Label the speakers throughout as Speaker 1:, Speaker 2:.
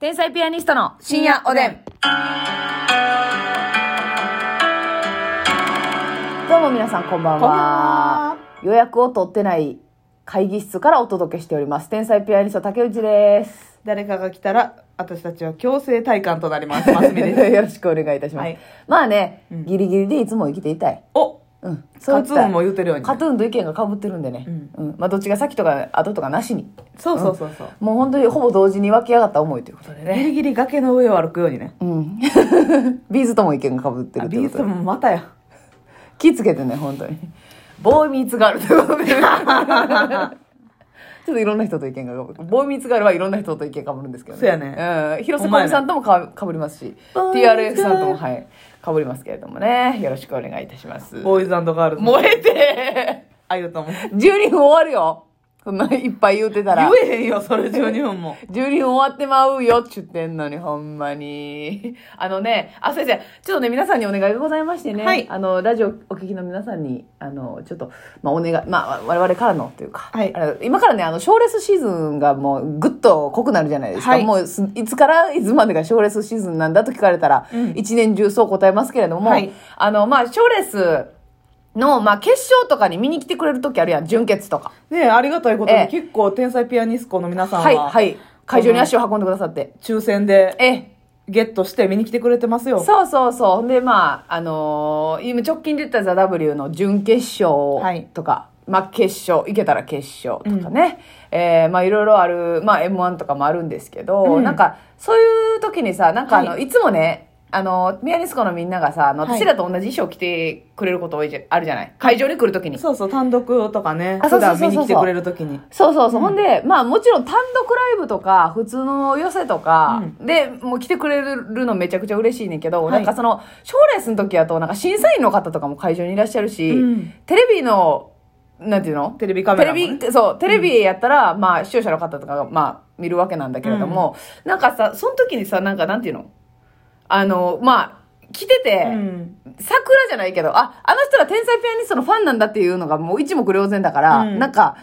Speaker 1: 天才ピアニストの深夜おでん。どうも皆さんこんばんは。
Speaker 2: こんばんは
Speaker 1: 予約を取ってない会議室からお届けしております。天才ピアニスト竹内です。
Speaker 2: 誰かが来たら私たちは強制体感となりますマスミ です
Speaker 1: よろしくお願いいたします。
Speaker 2: はい
Speaker 1: まあね、
Speaker 2: うん
Speaker 1: ギリギリでいつも生きていたい。
Speaker 2: お
Speaker 1: うん。
Speaker 2: カツンも言うてるように
Speaker 1: カトゥーンと意見が被ってるんでね。
Speaker 2: うん
Speaker 1: うん。まあどっちが先とか後とかなしに。
Speaker 2: そうそうそうそう、
Speaker 1: もう本当にほぼ同時に湧き上がった思いということで
Speaker 2: ギ
Speaker 1: ね。
Speaker 2: リギリ崖の上を歩くようにね
Speaker 1: うん。 ビーズとも意見が被ってるっ
Speaker 2: あ
Speaker 1: て
Speaker 2: ビ
Speaker 1: こ
Speaker 2: ー
Speaker 1: とで
Speaker 2: スト。もまたや
Speaker 1: 気つけてね、本当に。ボーイミーツガールということで。ちょっといろんな人と意見がかぶる。ボーイミーツガールはいろんな人と意見かぶるんですけど
Speaker 2: そうやね。
Speaker 1: うん。広瀬香美さんともかかぶりますし、
Speaker 2: お前ね
Speaker 1: TRF さんとも、はい、かぶりますけれどもね。よろしくお願いいたします。
Speaker 2: ボーイズガールズ
Speaker 1: 燃えて
Speaker 2: あ言うとも
Speaker 1: !12 分終わるよそんないっぱい言うてたら
Speaker 2: 言。えへんよそれ12分も
Speaker 1: 12分終わってまうよっちゅってんのに、ほんまに。あのね、あ、先生、ちょっとね、皆さんにお願いがございましてね、
Speaker 2: はい
Speaker 1: あの、ラジオお聞きの皆さんに、あの、ちょっと、まあ、お願い、まあ、我々からのというか、
Speaker 2: はい
Speaker 1: あの今からね、あの、賞レースシーズンがもう、ぐっと濃くなるじゃないですか。
Speaker 2: はい
Speaker 1: もうす、いつから、いつまでが賞レースシーズンなんだと聞かれたら、
Speaker 2: うん
Speaker 1: 一年中そう答えますけれども、
Speaker 2: はい
Speaker 1: あの、まあ、賞レース、の、まあ、決勝とかに見に来てくれる時あるやん、準決とか。
Speaker 2: ねえありがたいこと
Speaker 1: ええ
Speaker 2: に結構天才ピアニスコの皆さん
Speaker 1: はい、
Speaker 2: は、
Speaker 1: はい。会場に足を運んでくださって。
Speaker 2: 抽選で
Speaker 1: ええ、
Speaker 2: ゲットして見に来てくれてますよ
Speaker 1: そうそうそう。ほんで、まあ、あのー今直近で言ったザ・ W の準決
Speaker 2: はい
Speaker 1: 勝とか、まあ決勝、いけたら決勝とかね。えーまあいろいろある、まあ M1 とかもあるんですけど、
Speaker 2: うん
Speaker 1: なんか、そういう時にさ、なんかあの、、
Speaker 2: はい
Speaker 1: つもね、あの、ミヤニスコのみんながさ、あの、
Speaker 2: はい
Speaker 1: 私らと同じ衣装着てくれること多いじゃ、あるじゃない会場に来るときに。
Speaker 2: そうそう単独とかね
Speaker 1: あそ
Speaker 2: 普
Speaker 1: うそうそうそう
Speaker 2: 段見に来てくれるときに
Speaker 1: そうそうそう。ほんで、まあもちろん単独ライブとか、普通の寄せとか、で、もう来てくれるのめちゃくちゃ嬉しいねんけど、
Speaker 2: はい
Speaker 1: なんかその、賞レースの時やと、なんか審査員の方とかも会場にいらっしゃるし、
Speaker 2: うん
Speaker 1: テレビの、なんていうの
Speaker 2: テレビカメラもね
Speaker 1: テレビ、そう、テレビやったら、まあ視聴者の方とかが、まあ見るわけなんだけれども、なんかさ、その時にさ、なんかなんていうのあの、まあ、来てて、
Speaker 2: うん
Speaker 1: 桜じゃないけど、あ、あの人は天才ピアニストのファンなんだっていうのがもう一目瞭然だから、
Speaker 2: うん
Speaker 1: なんか、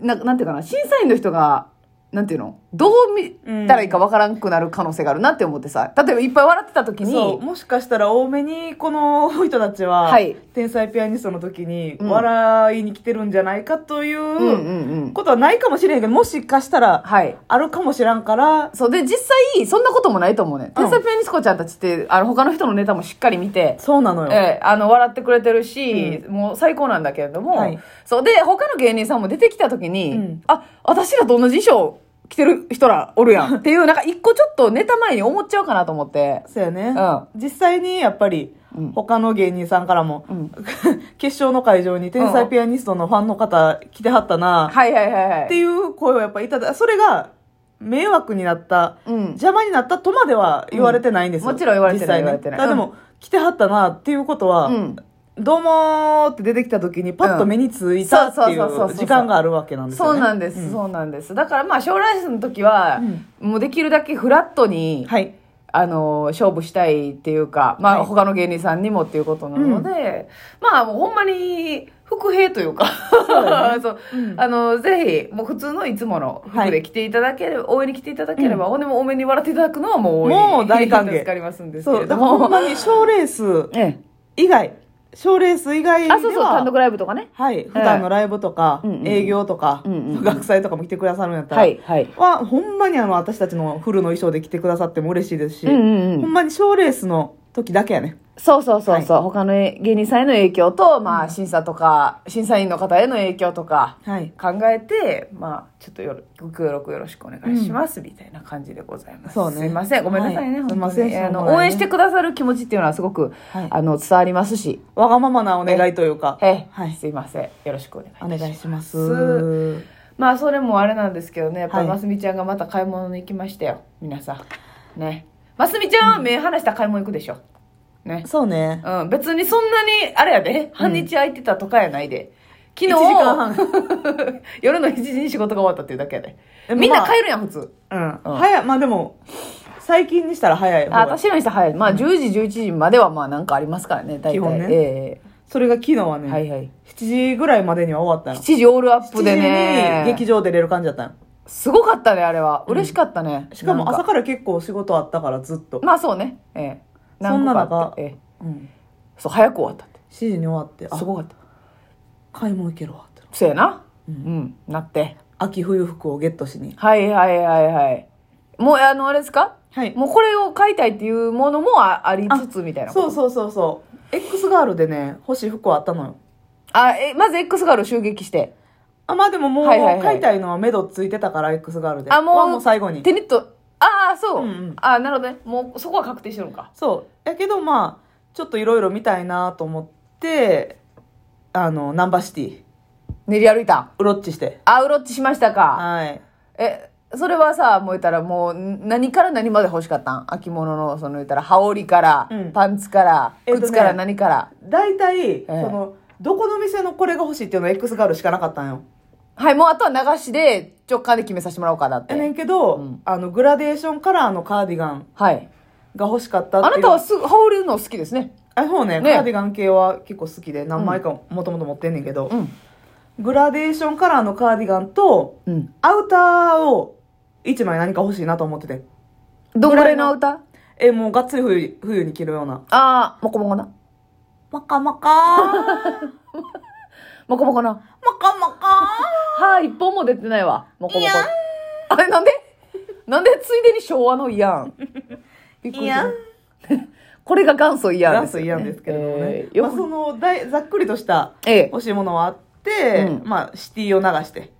Speaker 1: ななんていうかな、審査員の人が、なんていうのどう見たらいいかわからんくなる可能性があるなって思ってさ、例えばいっぱい笑ってた時
Speaker 2: そ
Speaker 1: に
Speaker 2: う、もしかしたら多めにこの人たちは、
Speaker 1: はい
Speaker 2: 天才ピアニストの時に
Speaker 1: うん
Speaker 2: 笑いに来てるんじゃないかとい
Speaker 1: うんうん
Speaker 2: う
Speaker 1: うん。
Speaker 2: ことはないかもしれんけど、もしかしたら
Speaker 1: はい。
Speaker 2: あるかもしらんから、
Speaker 1: そう、で、実際、そんなこともないと思うね。天才ピアニストちゃんたちって、あの、他の人のネタもしっかり見て、
Speaker 2: そうなのよ。
Speaker 1: ええ、あの、笑ってくれてるし、もう最高なんだけれども、
Speaker 2: はい
Speaker 1: そう、で、他の芸人さんも出てきた時に、
Speaker 2: うん
Speaker 1: あ、私らと同じ衣装着てる人らおる やんっていう、なんか一個ちょっとネタ前に思っちゃうかなと思って、
Speaker 2: そうやね、
Speaker 1: う
Speaker 2: 実際にやっぱり
Speaker 1: うん
Speaker 2: 他の芸人さんからも、
Speaker 1: うん
Speaker 2: 決勝の会場に天才ピアニストのファンの方来てはったな、
Speaker 1: はいはいはいはい。
Speaker 2: っていう声をやっぱりいただそれが迷惑になった、
Speaker 1: うん
Speaker 2: 邪魔になったとまでは言われてないんですよ、
Speaker 1: うんもちろん言われてない
Speaker 2: 実際ね
Speaker 1: 言われてない
Speaker 2: だからでも、来てはったなっていうことは、
Speaker 1: うん
Speaker 2: どうもーって出てきた時にパッと目についたってい
Speaker 1: うんそうそうそうそうそう
Speaker 2: う時間があるわけなんですよ
Speaker 1: そう
Speaker 2: ね
Speaker 1: なんです、そうなんです。だからまあ、将来の時は、もうできるだけフラットに、
Speaker 2: はい
Speaker 1: あの、勝負したいっていうか、ま
Speaker 2: は
Speaker 1: あ、
Speaker 2: い
Speaker 1: 他の芸人さんにもっていうことなので、まあ、もうほんまに、服兵というか、 そう,、あの、ぜひ、もう普通のいつもの
Speaker 2: は
Speaker 1: 服
Speaker 2: い
Speaker 1: で着ていただければ、応援に来ていただければ、おんでも多めに笑っていただくのはもう大いに
Speaker 2: もう大歓迎
Speaker 1: 助かりますんですけ
Speaker 2: そう
Speaker 1: れ
Speaker 2: だ
Speaker 1: ど
Speaker 2: からほん
Speaker 1: も。
Speaker 2: まに賞ーレース
Speaker 1: え
Speaker 2: 以外賞ーレース以
Speaker 1: え
Speaker 2: 外では
Speaker 1: あ、そうそう、単独ライブとかね。
Speaker 2: はい普段のライブとか、
Speaker 1: うんうん
Speaker 2: 営業とか、
Speaker 1: うんうんうん
Speaker 2: 学祭とかも来てくださるんやったら、
Speaker 1: はい、はい。
Speaker 2: はほんまにあの私たちのフルの衣装で来てくださっても嬉しいですし、
Speaker 1: うんうんうん
Speaker 2: ほんまに賞ーレースの時だけやね
Speaker 1: そうそうそうそう、他の芸人さんへの影響と、まあ、審査とか、審査員の方への影響とか、
Speaker 2: はい
Speaker 1: 考えて、まあ、ちょっとよろご協力よろしくお願いします、みたいな感じでございます。
Speaker 2: そうね
Speaker 1: すいません、ごめんなさいね、
Speaker 2: はい
Speaker 1: 本当に
Speaker 2: すいません
Speaker 1: あの、
Speaker 2: そんなね
Speaker 1: 応援してくださる気持ちっていうのはすごく、
Speaker 2: はい
Speaker 1: あの、伝わりますし、
Speaker 2: わがままなお願いというか
Speaker 1: ええ、
Speaker 2: はい
Speaker 1: すいません、よろしくお願いいた
Speaker 2: お
Speaker 1: します。
Speaker 2: 願いします
Speaker 1: まあ、それもあれなんですけどね、やっぱ
Speaker 2: は
Speaker 1: り
Speaker 2: い
Speaker 1: ますみちゃんがまた買い物に行きましたよ、皆さん。ね。ますみちゃんは目離したら買い物行くでしょ。ね。
Speaker 2: そうね
Speaker 1: うん、別にそんなに、あれやで、半日空いてたとかやないで。昨日、
Speaker 2: 1時間
Speaker 1: 夜の1時に仕事が終わったっていうだけやで。
Speaker 2: え
Speaker 1: みんな
Speaker 2: まあ
Speaker 1: 帰るやん、普通。
Speaker 2: うん、
Speaker 1: うん
Speaker 2: 早いまあでも最近にしたら早い方
Speaker 1: あ、
Speaker 2: が
Speaker 1: 私のにして早い。まあ、10時、11時までは、まあ、なんかありますからね、大体。
Speaker 2: 基本ね
Speaker 1: え
Speaker 2: それが昨日は
Speaker 1: え
Speaker 2: ね、
Speaker 1: はいはい。
Speaker 2: 7時ぐらいまでには終わった
Speaker 1: 7時オールアップ
Speaker 2: の
Speaker 1: で
Speaker 2: 7時
Speaker 1: ね。
Speaker 2: に劇場出れる感じだったの
Speaker 1: すごかったね、あれは。嬉しかったね。
Speaker 2: しかも
Speaker 1: な
Speaker 2: 朝
Speaker 1: ん
Speaker 2: から結構仕事あったからずっと、
Speaker 1: まあそうね。ええ。
Speaker 2: そんな中
Speaker 1: 何個かあってええ
Speaker 2: うん、
Speaker 1: そう、早く終わったって。
Speaker 2: 7時に終わってあ
Speaker 1: すごかった。
Speaker 2: 買い物行けるわって
Speaker 1: そうやな。う
Speaker 2: うんん、
Speaker 1: なって。
Speaker 2: 秋冬服をゲットしに
Speaker 1: はいはいはいはい。もう、あの、あれですか
Speaker 2: はい
Speaker 1: もうこれを買いたいっていうものもあありつつみたいなこと
Speaker 2: そうそうそうそう X ガールでね欲しい服あったのよ
Speaker 1: あ、え、まず X ガールを襲撃して。
Speaker 2: あまあでももう、
Speaker 1: はいはいはい
Speaker 2: 買いたいのは目処ついてたから X ガールで
Speaker 1: あもう
Speaker 2: はもう最後に
Speaker 1: テニット。ああ、そう。
Speaker 2: うんうん
Speaker 1: あなるほどね。もうそこは確定してるのか。
Speaker 2: そうやけどまあちょっといろいろ見たいなと思ってあのナンバーシティ
Speaker 1: 練り歩いた。
Speaker 2: うろっちして
Speaker 1: あ、うろっちしましたか。
Speaker 2: はい
Speaker 1: え、それはさ、もう言ったらもう、ん何から何まで欲しかったん秋物の、その言ったら、羽織から、
Speaker 2: うん
Speaker 1: パンツから、
Speaker 2: えっとね
Speaker 1: 靴から何から。
Speaker 2: 大体、
Speaker 1: え
Speaker 2: そのどこの店のこれが欲しいっていうのは X ガールしかなかったんよ
Speaker 1: はい、もうあとは流しで直感で決めさせてもらおうかなっ
Speaker 2: やね
Speaker 1: て。
Speaker 2: んけど、あのグラデーションカラーのカーディガン
Speaker 1: はい。
Speaker 2: が欲しかったって
Speaker 1: あ
Speaker 2: いう
Speaker 1: なたはすぐ、羽織るの好きですね。
Speaker 2: あそうね
Speaker 1: ね
Speaker 2: カーディガン系は結構好きで何枚かもともと持ってんねんけど、
Speaker 1: うん。
Speaker 2: グラデーションカラーのカーディガンと
Speaker 1: うん。
Speaker 2: アウターを1枚何か欲しいなと思ってて
Speaker 1: どんぐらいの歌
Speaker 2: えもうがっつり冬冬に着るような
Speaker 1: ああ、もこもこな。
Speaker 2: まかまかー ま
Speaker 1: もこもこな。
Speaker 2: かまか
Speaker 1: はい、一本も出てないわ。もこも
Speaker 2: い
Speaker 1: こ
Speaker 2: やん。
Speaker 1: あれ、なんでなんでついでに昭和のイヤ ン。びっくりした
Speaker 2: いやん
Speaker 1: これが元祖イヤンで
Speaker 2: ー出
Speaker 1: す
Speaker 2: す
Speaker 1: よ、
Speaker 2: 嫌
Speaker 1: ね。
Speaker 2: ですけれどもね、
Speaker 1: えーよ
Speaker 2: まあ、そのだいざっくりとした
Speaker 1: ええ。
Speaker 2: 欲しいものはあって、
Speaker 1: うん
Speaker 2: まあシティを流して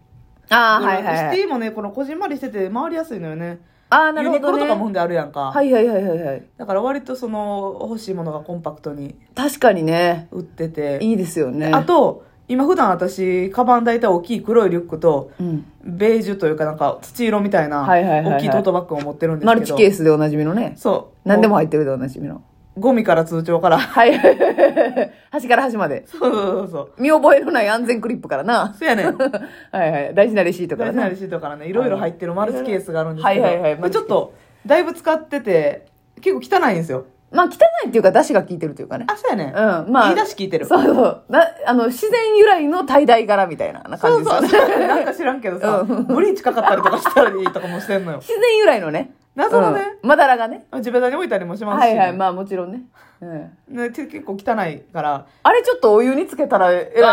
Speaker 1: ああ、はいはい、は
Speaker 2: シ
Speaker 1: い。
Speaker 2: ティもねこのこじんまりしてて回りやすいのよね
Speaker 1: ああ、なる
Speaker 2: ユ
Speaker 1: ほ
Speaker 2: ニク
Speaker 1: ど、
Speaker 2: ロ
Speaker 1: ね。
Speaker 2: とかもほんであるやんか、
Speaker 1: はいはいはいはいはい。
Speaker 2: だから割とその欲しいものがコンパクトに
Speaker 1: 確かにね。
Speaker 2: 売ってて
Speaker 1: いいですよね。
Speaker 2: あ、と、今普段私、カバン大体大きい黒いリュックと、
Speaker 1: うん。
Speaker 2: ベージュというかなんか土色みたいな、
Speaker 1: はいはいはいはい
Speaker 2: 大きいトートバッグを持ってるんですけど。
Speaker 1: マルチケースでおなじみのね。
Speaker 2: そう。
Speaker 1: 何でも入ってるでおなじみの。
Speaker 2: ゴミから通帳から。
Speaker 1: はい。 端から端まで。
Speaker 2: そうそうそうそう。
Speaker 1: 見覚えのない安全クリップからな。
Speaker 2: そう やねん。
Speaker 1: はいはい。大事なレシートか
Speaker 2: 大
Speaker 1: ら
Speaker 2: 事な
Speaker 1: な
Speaker 2: レ。シートからね、いろいろ入ってるマルチケースがあるんですけど、
Speaker 1: はいはいはい
Speaker 2: これちょっと、だいぶ使ってて、結構汚いんですよ。
Speaker 1: まあ汚いっていうか、出汁が効いてるというかね。
Speaker 2: あ、そうやねん。
Speaker 1: うん。まあ。
Speaker 2: 言い出し聞いてる。
Speaker 1: そうそう。な、あの、自然由来の滞在柄みたいな感じ
Speaker 2: そう
Speaker 1: ですよ
Speaker 2: そう
Speaker 1: ね。
Speaker 2: そう。なんか知らんけどさ、ブリーチかかったりとかしたりとかもしてんのよ。
Speaker 1: 自然由来のね。
Speaker 2: 謎のね
Speaker 1: うんまだらがね。
Speaker 2: 地べたに置いたりもしますし
Speaker 1: は
Speaker 2: ね、
Speaker 1: いはい、まあもちろんね。うん。
Speaker 2: ねて結構汚いから、
Speaker 1: あれちょっとお湯につけたらえらい汁で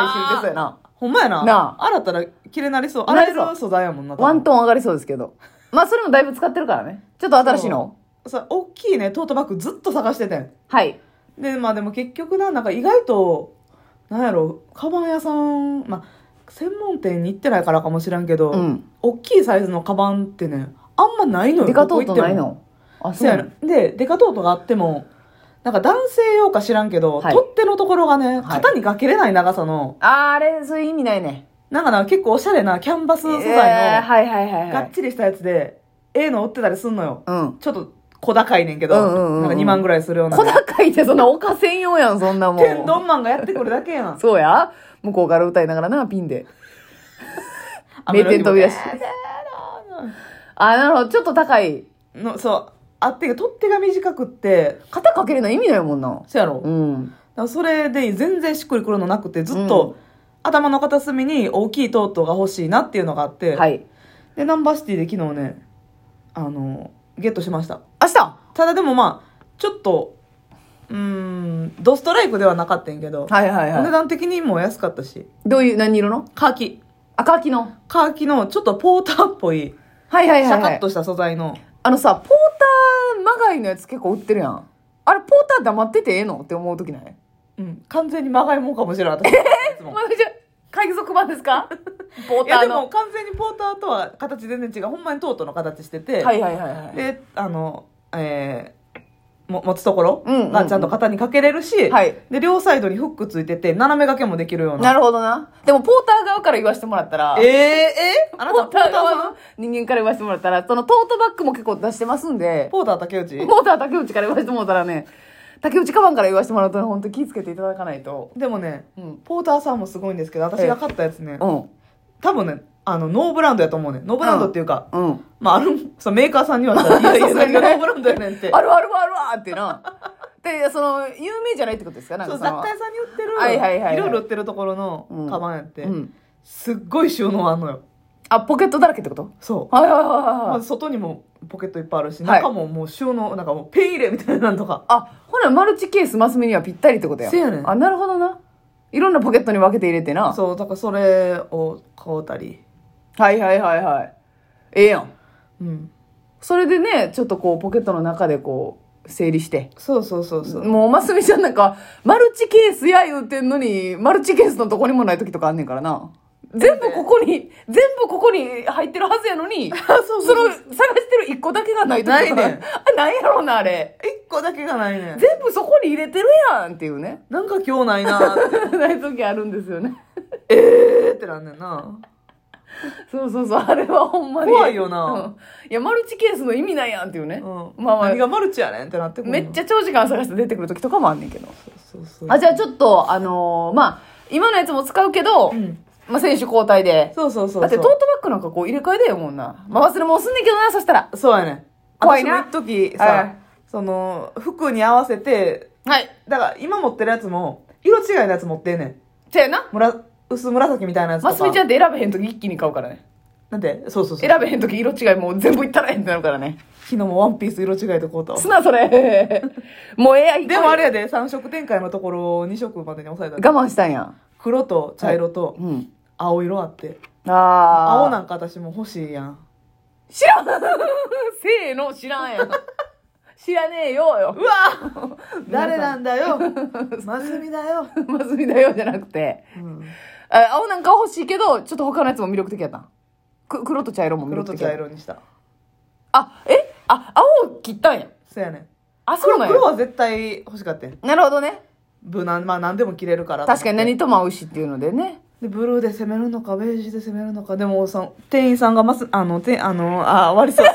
Speaker 1: すよな。
Speaker 2: ほんまやな。
Speaker 1: な
Speaker 2: 洗ったら綺麗なりそう。
Speaker 1: な
Speaker 2: 洗
Speaker 1: り
Speaker 2: え
Speaker 1: そう
Speaker 2: る素材やもんな。多分
Speaker 1: ワントーン上がりそうですけど。まあそれもだいぶ使ってるからね。ちょっと新しいの。
Speaker 2: そう大きいね、トートバッグずっと探しててん。
Speaker 1: はい。
Speaker 2: で、まあでも結局な、なんか意外と、なんやろ、カバン屋さん、まあ、専門店に行ってないからかもしらんけど、
Speaker 1: うん
Speaker 2: 大きいサイズのカバンってね、あんまないのよ。
Speaker 1: デカトートない
Speaker 2: どこ行っても
Speaker 1: のあ、
Speaker 2: そうやなで、デカトートがあっても、なんか男性用か知らんけど、
Speaker 1: はい
Speaker 2: 取っ手のところが
Speaker 1: は
Speaker 2: ね、
Speaker 1: い
Speaker 2: 肩にかけれない長さの、
Speaker 1: あー、あれ、そういう意味ないね。
Speaker 2: なんかな、結構おしゃれなキャンバス素材の、
Speaker 1: えーはいはいはいは
Speaker 2: がっ
Speaker 1: い。
Speaker 2: ちりしたやつで、ええの売ってたりすんのよ。
Speaker 1: うん。
Speaker 2: ちょっと小高いねんけど、
Speaker 1: うんうんうんうん
Speaker 2: なんか2万ぐらいするような。
Speaker 1: 小高いってそんなおかせんようやん、そんなもん。
Speaker 2: 天丼マンがやってくるだけやん。
Speaker 1: そうや向こうから歌いながらな、ピンで。名店飛び出し
Speaker 2: あメロディーも
Speaker 1: あー、なるほど。ちょっと高い。
Speaker 2: えーの、そう。あって、取っ手が短くって、
Speaker 1: 肩かけれない意味ないもんな。
Speaker 2: そうやろ。
Speaker 1: う
Speaker 2: だ
Speaker 1: ん。
Speaker 2: からそれで全然しっくりくるのなくて、ずっと、頭の片隅に大きいトートが欲しいなっていうのがあって、
Speaker 1: はい。
Speaker 2: で、ナンバーシティで昨日ね、あの、ゲットしました。
Speaker 1: 明日
Speaker 2: ただでもまあ、ちょっと、うーん、ドストライクではなかったんやけど、
Speaker 1: はいはい
Speaker 2: 値段的にも安かったし、
Speaker 1: い。どういう、何色の
Speaker 2: カーキ。
Speaker 1: 赤きの。
Speaker 2: カーキのちょっとポーターっぽい、
Speaker 1: はいはい
Speaker 2: シ
Speaker 1: はい、
Speaker 2: ャカ
Speaker 1: は
Speaker 2: ッ
Speaker 1: い。
Speaker 2: とした素材の。
Speaker 1: あのさ、ポーターまがいのやつ結構売ってるやん。あれ、ポーター黙っててええのって思うときない
Speaker 2: うん。完全にまがいもんかもしれない。私
Speaker 1: お前じゃ、海賊版ですか ポー
Speaker 2: い
Speaker 1: タ
Speaker 2: や、
Speaker 1: ー
Speaker 2: でも
Speaker 1: の。
Speaker 2: 完全にポーターとは形全然違う。ほんまにトートの形してて。
Speaker 1: はいはいはいはい。
Speaker 2: で、あの、えー、も持つところ
Speaker 1: うんうんうん
Speaker 2: がちゃんと型にかけれるし、
Speaker 1: はい
Speaker 2: で、両サイドにフックついてて、斜め掛けもできるような。
Speaker 1: なるほどな。でも、ポーター側から言わせてもらったら、
Speaker 2: えー、えー、あな
Speaker 1: ポー
Speaker 2: た
Speaker 1: ター
Speaker 2: ポーター
Speaker 1: 側
Speaker 2: さん
Speaker 1: の人間から言わせてもらったら、そのトートバッグも結構出してますんで、
Speaker 2: ポーター竹内
Speaker 1: ポーター竹内から言わせてもらったらね、竹内カバンから言わせてもらうとね、ほんと気をつけていただかないと。
Speaker 2: でもね、
Speaker 1: うん
Speaker 2: ポーターさんもすごいんですけど、私が買ったやつね、
Speaker 1: うん。
Speaker 2: 多分ね、あの、ノーブランドやと思うね。ノーブランドっていうか、
Speaker 1: うん。
Speaker 2: まあ、ある、そのメーカーさんに はさ、いや、さすがにノーブランドやねんって。
Speaker 1: あるあるあるわーってな。で、その、有名じゃないってことですかなんか
Speaker 2: そう、
Speaker 1: その
Speaker 2: 雑貨屋さんに売ってる、
Speaker 1: はいはいはいはい
Speaker 2: ろいろ売ってるところの
Speaker 1: うん
Speaker 2: カバンやって、
Speaker 1: うん。
Speaker 2: すっごい収納あんのよ。
Speaker 1: あ、ポケットだらけってこと
Speaker 2: そう。
Speaker 1: はいはいはい
Speaker 2: ま
Speaker 1: はい
Speaker 2: あ、。外にもポケットいっぱいあるし、
Speaker 1: はい
Speaker 2: 中ももう収納、なんかもうペン入れみたいなのとか。
Speaker 1: あ、ほな、マルチケースマス目にはぴったりってことや。
Speaker 2: せやねん
Speaker 1: あ、なるほどな。いろんなポケットに分けて入れてな。
Speaker 2: そう、だからそれを買うたり。
Speaker 1: はいはいはいはい。ええやん。
Speaker 2: うん。
Speaker 1: それでね、ちょっとこう、ポケットの中でこう、整理して。
Speaker 2: そうそうそうそう。
Speaker 1: もう、ますみちゃんなんか、マルチケースや言うてんのに、マルチケースのとこにもない時とかあんねんからな。全部ここに、全部ここに入ってるはずやのに、
Speaker 2: そう
Speaker 1: その、探してる一個だけがない時とか
Speaker 2: ないねん
Speaker 1: あ、ないやろうな、あれ。
Speaker 2: 一個だけがないねん。
Speaker 1: 全部そこに入れてるやんっていうね。
Speaker 2: なんか今日ないなーっ
Speaker 1: ない時あるんですよね。
Speaker 2: て。えーってなんねんな。
Speaker 1: そうそうそう、あれはほんまに。
Speaker 2: 怖いよな
Speaker 1: うん。いや、マルチケースの意味ないやんっていうね。
Speaker 2: うん。
Speaker 1: まあまあ
Speaker 2: 何がマルチやねんってなって
Speaker 1: めっち
Speaker 2: ゃ。
Speaker 1: ゃ長時間探して出てくる時とかもあんねんけど。
Speaker 2: そうそうそう。
Speaker 1: あ、じゃあちょっと、あのーまあ、今のやつも使うけど、
Speaker 2: うん。
Speaker 1: まあ、選手交代で。
Speaker 2: そうそうそうそう。
Speaker 1: だってトートバッグなんかこう入れ替えだよもんな。まあ、忘れ物すんねんけどな、そしたら。
Speaker 2: そうやねん。
Speaker 1: 怖いな
Speaker 2: 私も一時
Speaker 1: は
Speaker 2: さ
Speaker 1: い、
Speaker 2: その、服に合わせて、
Speaker 1: はい。
Speaker 2: だから今持ってるやつも、色違いのやつ持ってんねん。
Speaker 1: じゃあな。
Speaker 2: むら薄紫みたいなやつと
Speaker 1: マ
Speaker 2: か。
Speaker 1: スミちゃんって選べへん時一気に買うからね。
Speaker 2: なんでそうそうそう。
Speaker 1: 選べへん時色違いもう全部いったらへんってなるからね。
Speaker 2: 昨日もワンピース色違いとこうと。
Speaker 1: すな、そ れ。もうええや、
Speaker 2: でもあれ
Speaker 1: や。
Speaker 2: やで、3色展開のところを2色までに抑えたで。
Speaker 1: 我慢したんや。
Speaker 2: 黒と茶色と
Speaker 1: うん。
Speaker 2: 青色あって。
Speaker 1: ああ。
Speaker 2: 青なんか私も欲しいやん。
Speaker 1: 知らん せーの、知らん やん。知らねえよよ。うわ
Speaker 2: 誰なんだ よマスミだよ、
Speaker 1: まずみだよじゃなくて。
Speaker 2: うん
Speaker 1: あ青なんか欲しいけど、ちょっと他のやつも魅力的やったんく黒と茶色も魅
Speaker 2: 黒
Speaker 1: 力
Speaker 2: と
Speaker 1: 的や
Speaker 2: 茶
Speaker 1: った。
Speaker 2: 色にした。
Speaker 1: あ、えあ、青を切ったんや。
Speaker 2: そうやねん。
Speaker 1: あ、そう
Speaker 2: 黒
Speaker 1: なん
Speaker 2: 黒
Speaker 1: や。
Speaker 2: は絶対欲しかったん
Speaker 1: なるほどね。
Speaker 2: 無難、まあ何でも着れるからと思っ
Speaker 1: 確
Speaker 2: て。
Speaker 1: かに何とも合うしっていうのでね。
Speaker 2: でブルーで攻めるのかベージュで攻めるのかでもその店員さんがますあのてあのあ終わりそう